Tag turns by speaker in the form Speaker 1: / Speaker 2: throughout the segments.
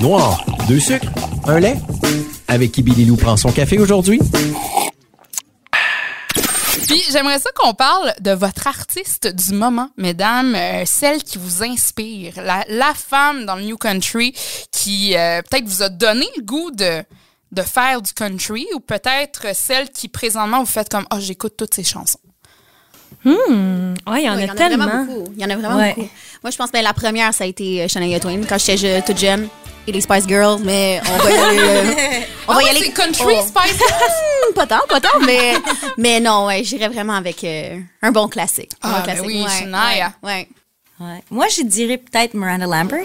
Speaker 1: Noir, deux sucres, un lait. Avec qui Billy Lou prend son café aujourd'hui?
Speaker 2: Puis j'aimerais ça qu'on parle de votre artiste du moment, mesdames, euh, celle qui vous inspire, la, la femme dans le New Country qui euh, peut-être vous a donné le goût de, de faire du country ou peut-être celle qui présentement vous faites comme Ah, j'écoute toutes ces chansons.
Speaker 3: Hmm. Ouais, il y en a
Speaker 4: Ouais, il y en a
Speaker 3: tellement.
Speaker 4: vraiment beaucoup. Il y en a vraiment
Speaker 3: Ouais.
Speaker 4: beaucoup. Moi, je pense que la première, ça a été euh, Shania Twain quand j'étais je- toute jeune. Et les Spice Girls, mais on va y aller. euh, on va y
Speaker 2: Ouais,
Speaker 4: aller.
Speaker 2: Ah c'est country
Speaker 4: Oh.
Speaker 2: Spice hein?
Speaker 4: Hmm, pas tant, pas tant, mais, mais non, ouais, j'irais vraiment avec euh, un bon classique.
Speaker 2: Ah,
Speaker 4: Un bon
Speaker 2: ben
Speaker 4: classique.
Speaker 2: oui,
Speaker 4: ouais,
Speaker 2: Shania.
Speaker 4: ouais, ouais.
Speaker 3: Ouais. Moi, je dirais peut-être Miranda Lambert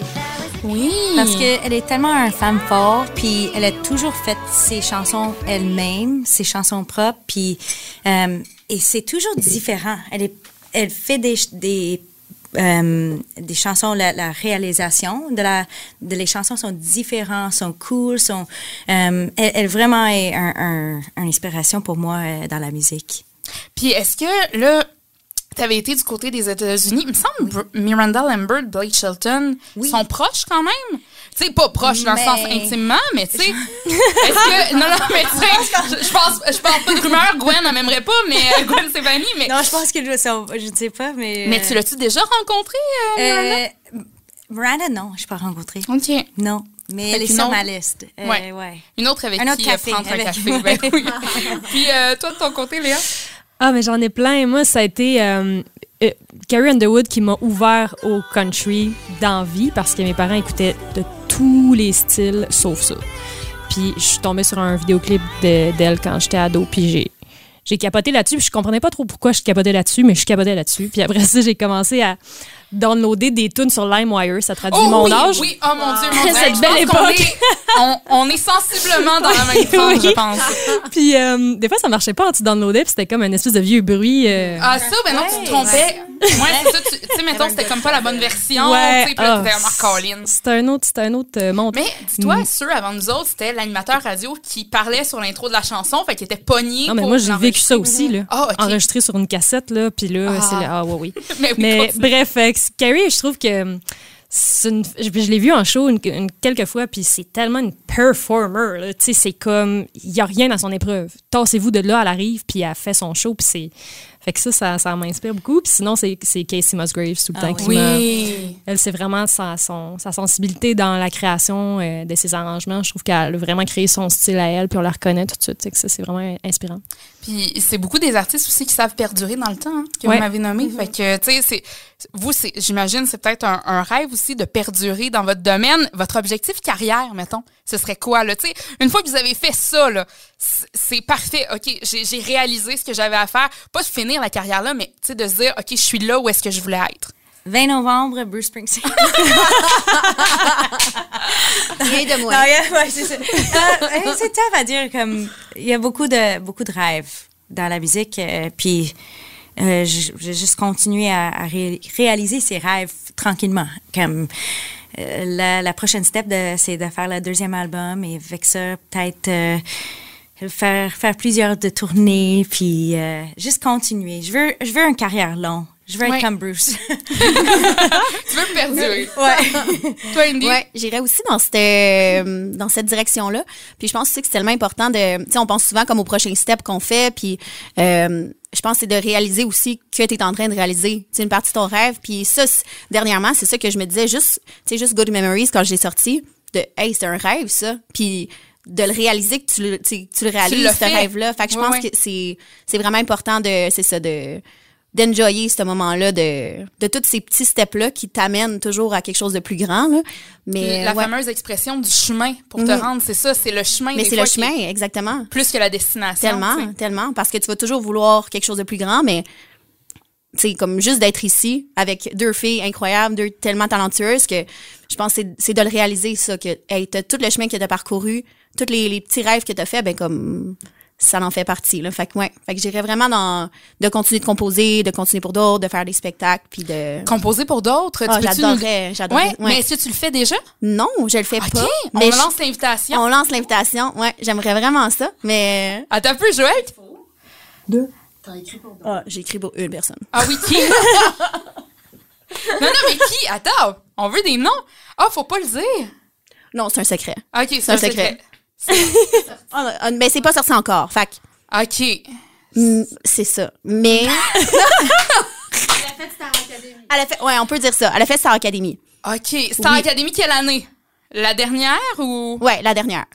Speaker 2: Oui.
Speaker 3: parce qu'elle est tellement un femme fort, puis elle a toujours fait ses chansons elle-même, ses chansons propres, puis euh, et c'est toujours différent. Elle est, elle fait des ch- des euh, des chansons, la, la réalisation de la, de les chansons sont différentes, sont cool, sont, euh, elle, elle vraiment est un, un- une inspiration pour moi euh, dans la musique.
Speaker 2: Puis est-ce que là, t'avais été du côté des États-Unis, il me semble Br- Miranda Lambert, Blake Shelton
Speaker 3: Oui.
Speaker 2: sont proches quand même. Tu sais, pas proches dans le
Speaker 3: Mais-
Speaker 2: sens intimement, mais tu sais. Est-ce que. Non, non, mais tu sais, je- je pense, je pense pas de rumeur, Gwen, elle m'aimerait pas, mais euh, Gwen Stefani, mais.
Speaker 3: Non, je pense que je, je ne sais pas, mais.
Speaker 2: Mais tu l'as-tu déjà rencontrée, euh, Miranda?
Speaker 3: Euh, Miranda, non, je ne suis pas rencontrée.
Speaker 2: Ok.
Speaker 3: Non, mais elle
Speaker 2: Fait
Speaker 3: est
Speaker 2: qu'une
Speaker 3: sur
Speaker 2: autre-
Speaker 3: ma liste. Euh,
Speaker 2: Ouais.
Speaker 3: ouais.
Speaker 2: Une autre avec
Speaker 3: Un autre
Speaker 2: qui euh,
Speaker 3: café,
Speaker 2: prendre un
Speaker 3: avec-
Speaker 2: café. ben oui. Puis euh, toi, de ton côté, Léa?
Speaker 5: Ah, mais j'en ai plein. Moi, ça a été euh, euh, Carrie Underwood qui m'a ouvert au country d'envie parce que mes parents écoutaient de tous les styles sauf ça. Puis je suis tombée sur un vidéoclip de- d'elle quand j'étais ado, puis j'ai j'ai capoté là-dessus, puis je comprenais pas trop pourquoi je capotais là-dessus, mais je capotais là-dessus. Puis après ça, j'ai commencé à downloader des tunes sur LimeWire, ça traduit mon
Speaker 2: oui,
Speaker 5: âge.
Speaker 2: oui, oh mon Dieu, mon Dieu.
Speaker 5: Cette
Speaker 2: Je
Speaker 5: belle
Speaker 2: pense qu'on
Speaker 5: époque.
Speaker 2: est- On, on est sensiblement dans la même forme, je
Speaker 5: Oui.
Speaker 2: pense.
Speaker 5: Puis euh, des fois, ça marchait pas, tu downloadais, puis c'était comme un espèce de vieux bruit. euh,
Speaker 2: Ah, ça, ben non, tu te trompais. Moi, c'est ça, tu tu sais, mettons, c'était comme pas la bonne version. Tu sais, puis là,
Speaker 5: ah,
Speaker 2: t'étais vraiment Colin.
Speaker 5: C'est un autre, c'est un autre euh, monde.
Speaker 2: Mais dis-toi, ceux avant nous autres, c'était l'animateur radio qui parlait sur l'intro de la chanson, fait qu'il était pogné.
Speaker 5: Non, mais
Speaker 2: pour
Speaker 5: moi, j'ai vécu
Speaker 2: l'enregistrer.
Speaker 5: ça aussi, là.
Speaker 2: Ah, ok.
Speaker 5: Enregistré sur une cassette, là, puis là,
Speaker 2: Ah.
Speaker 5: c'est le... Ah, ouais, oui.
Speaker 2: Mais oui,
Speaker 5: mais
Speaker 2: continue.
Speaker 5: bref, euh, c- Carrie, je trouve que... hum, c'est une- je je l'ai vu en show une- une- quelques fois, puis c'est tellement une performer. là. Tu sais, c'est comme, il n'y a rien à son épreuve. Tassez-vous de là, elle arrive, puis elle fait son show, puis c'est... Fait que ça, ça, ça m'inspire beaucoup. Puis sinon, c'est c'est Casey Musgraves tout le temps qui m'a-
Speaker 2: Ah Oui.
Speaker 5: Elle, c'est vraiment sa, son- sa sensibilité dans la création euh, de ses arrangements. Je trouve qu'elle a vraiment créé son style à elle, puis on la reconnaît tout de suite. Tu sais, que ça, c'est vraiment inspirant.
Speaker 2: Puis c'est beaucoup des artistes aussi qui savent perdurer dans le temps, hein, que vous
Speaker 5: Ouais.
Speaker 2: m'avez nommé. Fait que, tu sais, c'est- vous, c'est- j'imagine, c'est peut-être un, un rêve aussi de perdurer dans votre domaine. Votre objectif carrière, mettons, ce serait quoi, là? Tu sais, une fois que vous avez fait ça, là, c'est- c'est parfait. OK, j'ai j'ai réalisé ce que j'avais à faire. Pas de finir la carrière là, mais, tu sais, de se dire, OK, je suis là où est-ce que je voulais être.
Speaker 3: 20 novembre, Bruce Springsteen.
Speaker 4: Rien de
Speaker 3: Non,
Speaker 4: moi.
Speaker 3: yeah, ouais, c'est ça. Ah, hey, c'est tough à dire. Comme, il y a beaucoup de, beaucoup de rêves dans la musique. euh, puis, euh, j- j'ai juste continué à, à ré- réaliser ces rêves tranquillement. Comme, euh, la, la prochaine step, de- c'est de faire le deuxième album. Et avec ça, peut-être... euh, faire, faire plusieurs de tournées, puis euh, juste continuer. Je veux, je veux une carrière longue. Je veux
Speaker 2: Ouais.
Speaker 3: être comme Bruce.
Speaker 2: Tu veux perdurer.
Speaker 3: ouais.
Speaker 2: Toi, Indy?
Speaker 4: Ouais, j'irais aussi dans cette, euh, dans cette direction-là. Puis je pense aussi que c'est tellement important de. Tu sais, on pense souvent comme au prochain step qu'on fait. Puis euh, je pense que c'est de réaliser aussi que tu es en train de réaliser. Tu sais, une partie de ton rêve. Puis ça, c'est- dernièrement, c'est ça que je me disais juste, tu sais, juste Good Memories quand j'ai sorti, de Hey, c'est un rêve, ça. Puis de le réaliser que tu le, tu sais, que tu le
Speaker 2: Tu
Speaker 4: réalises,
Speaker 2: l'as
Speaker 4: ce
Speaker 2: fait.
Speaker 4: rêve-là. Fait que je
Speaker 2: Ouais,
Speaker 4: pense
Speaker 2: ouais.
Speaker 4: que c'est c'est vraiment important de. C'est ça, de d'enjoyer ce moment-là de, de tous ces petits steps-là qui t'amènent toujours à quelque chose de plus grand. Là. Mais,
Speaker 2: la
Speaker 4: ouais.
Speaker 2: fameuse expression du chemin pour te
Speaker 4: Mhm.
Speaker 2: rendre, c'est ça, c'est le chemin.
Speaker 4: Mais
Speaker 2: des
Speaker 4: c'est le
Speaker 2: fois, qui est
Speaker 4: chemin, exactement.
Speaker 2: Plus que la destination.
Speaker 4: Tellement,
Speaker 2: tu sais.
Speaker 4: tellement. Parce que tu vas toujours vouloir quelque chose de plus grand, mais c'est comme juste d'être ici avec deux filles incroyables, deux tellement talentueuses que je pense que c'est- c'est de le réaliser, ça, que hey, t'as tout le chemin que t'as parcouru, tous les, les petits rêves que t'as fait, ben comme ça en fait partie. Là. Fait que ouais. Fait que j'irais vraiment dans de continuer de composer, de continuer pour d'autres, de faire des spectacles, puis de.
Speaker 2: composer pour d'autres.
Speaker 4: Ah,
Speaker 2: tu peux-tu nous-
Speaker 4: j'adorerais, j'adorerais,
Speaker 2: Ouais,
Speaker 4: ouais.
Speaker 2: mais est-ce que tu le fais déjà?
Speaker 4: Non, je le fais
Speaker 2: OK,
Speaker 4: pas.
Speaker 2: on
Speaker 4: mais je-
Speaker 2: lance l'invitation.
Speaker 4: on lance l'invitation. Ouais, j'aimerais vraiment ça, mais
Speaker 2: Attends un peu, Joël.
Speaker 6: T'en as écrit pour d'autres.
Speaker 4: Ah, j'ai écrit pour une personne.
Speaker 2: Ah oui, qui? non, non, mais qui? Attends, on veut des noms. Ah, faut pas le dire.
Speaker 4: Non, c'est un secret.
Speaker 2: Ah, OK,
Speaker 4: C'est un secret. Ah, ah, mais c'est pas sorti encore. Fait que,
Speaker 2: OK.
Speaker 4: mm, c'est ça. Mais
Speaker 6: Elle a fait Star Academy.
Speaker 4: elle a fait, ouais, on peut dire ça. Elle a fait Star Academy.
Speaker 2: OK. Star
Speaker 4: Oui.
Speaker 2: Academy, quelle année? La dernière ou
Speaker 4: Ouais, la dernière.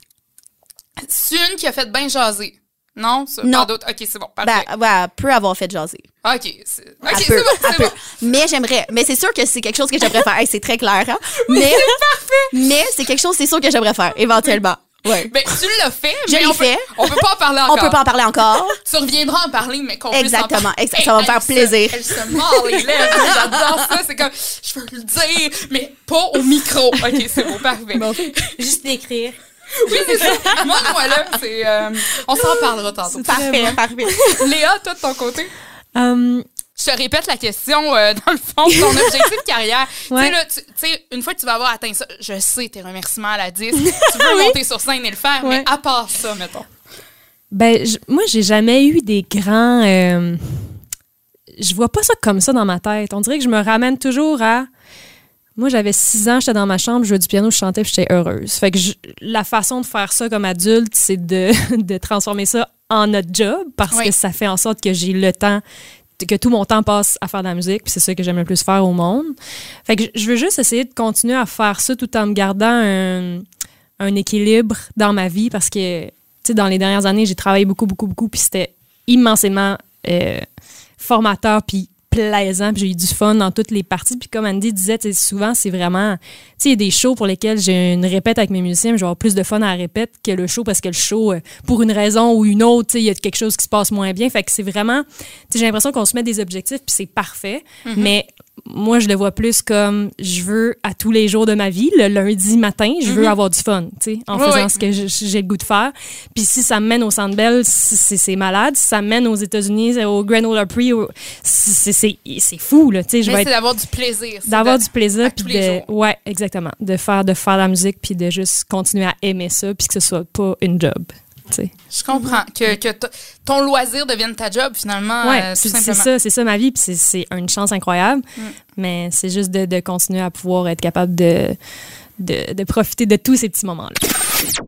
Speaker 2: c'est une qui a fait ben jaser? Non, ça,
Speaker 4: Non.
Speaker 2: pas d'autres. OK, c'est bon,
Speaker 4: Ben,
Speaker 2: parfait.
Speaker 4: ouais, elle peut avoir fait jaser.
Speaker 2: OK, c'est OK,
Speaker 4: Elle
Speaker 2: c'est
Speaker 4: peut,
Speaker 2: bon,
Speaker 4: elle
Speaker 2: c'est
Speaker 4: peut.
Speaker 2: bon.
Speaker 4: Mais j'aimerais, mais c'est sûr que c'est quelque chose que j'aimerais faire. Hey, c'est très clair, hein? Mais, mais c'est quelque chose, c'est sûr que j'aimerais faire, éventuellement. Ouais.
Speaker 2: Ben, tu l'as fait,
Speaker 4: Je
Speaker 2: mais
Speaker 4: l'ai
Speaker 2: on, peut,
Speaker 4: fait.
Speaker 2: on peut pas en parler encore.
Speaker 4: On peut pas en parler encore.
Speaker 2: Tu reviendras en parler, mais qu'on puisse en
Speaker 4: Exactement,
Speaker 2: parler.
Speaker 4: exa- ça va me faire
Speaker 2: elle se-
Speaker 4: plaisir.
Speaker 2: Elle se mord les lèvres. J'adore ça. C'est comme, je veux le dire, mais pas au micro. OK, c'est bon, parfait.
Speaker 3: Juste d'écrire.
Speaker 2: Oui, c'est ça. Moi, moi, là, c'est... euh, on s'en parlera tantôt.
Speaker 4: Parfait, parfait.
Speaker 2: Léa, toi, de ton côté?
Speaker 5: Hum,
Speaker 2: Je te répète la question, euh, dans le fond, ton objectif de carrière. Tu sais,
Speaker 5: Ouais.
Speaker 2: là, tu- tu sais, une fois que tu vas avoir atteint ça, je sais tes remerciements à la 10, tu veux monter sur scène et le faire, mais
Speaker 5: Ouais.
Speaker 2: à part ça, mettons.
Speaker 5: ben, j- moi, j'ai jamais eu des grands. euh, je vois pas ça comme ça dans ma tête. On dirait que je me ramène toujours à. Moi, j'avais six ans, j'étais dans ma chambre, je jouais du piano, je chantais, puis j'étais heureuse. Fait que je- la façon de faire ça comme adulte, c'est de, de transformer ça en notre job parce
Speaker 2: Oui.
Speaker 5: que ça fait en sorte que j'ai le temps, que tout mon temps passe à faire de la musique, puis c'est ça que j'aime le plus faire au monde. Fait que je- je veux juste essayer de continuer à faire ça tout en me gardant un, un équilibre dans ma vie parce que, tu sais, dans les dernières années, j'ai travaillé beaucoup, beaucoup, beaucoup, puis c'était immensément euh, formateur, puis plaisant, puis j'ai eu du fun dans toutes les parties. Puis comme Andy disait, tu sais, souvent, c'est vraiment... Tu sais, il y a des shows pour lesquels j'ai une répète avec mes musiciens, mais je vais avoir plus de fun à la répète que le show parce que le show, euh, pour une raison ou une autre, tu sais, il y a quelque chose qui se passe moins bien. Fait que c'est vraiment... Tu sais, j'ai l'impression qu'on se met des objectifs, puis c'est parfait, mais... Moi, je le vois plus comme je veux à tous les jours de ma vie, le lundi matin, je veux avoir du fun, tu sais, en
Speaker 2: Oui,
Speaker 5: faisant
Speaker 2: oui.
Speaker 5: ce que je- j'ai le goût de faire. Puis si ça me mène au Centre Bell, c'est- c'est c'est malade. Si ça me mène aux États-Unis, c'est au Granola Prix, au- c'est c'est- c'est fou, là. Tu sais, je
Speaker 2: Mais
Speaker 5: vais
Speaker 2: c'est
Speaker 5: être-
Speaker 2: d'avoir du plaisir. c'est
Speaker 5: d'avoir
Speaker 2: de-
Speaker 5: du plaisir.
Speaker 2: à
Speaker 5: puis
Speaker 2: tous les
Speaker 5: de-
Speaker 2: jours.
Speaker 5: Ouais, exactement. De faire, de faire la musique, puis de juste continuer à aimer ça, puis que ce soit pas une job. tu sais.
Speaker 2: Je comprends. Que, que t- ton loisir devienne ta job, finalement,
Speaker 5: Mhm. Ouais,
Speaker 2: euh, tout
Speaker 5: c'est c'est
Speaker 2: simplement. Mm.
Speaker 5: ça, c'est ça ma vie, puis c'est- c'est une chance incroyable. Mais c'est juste de, de continuer à pouvoir être capable de, de, de profiter de tous ces petits moments-là.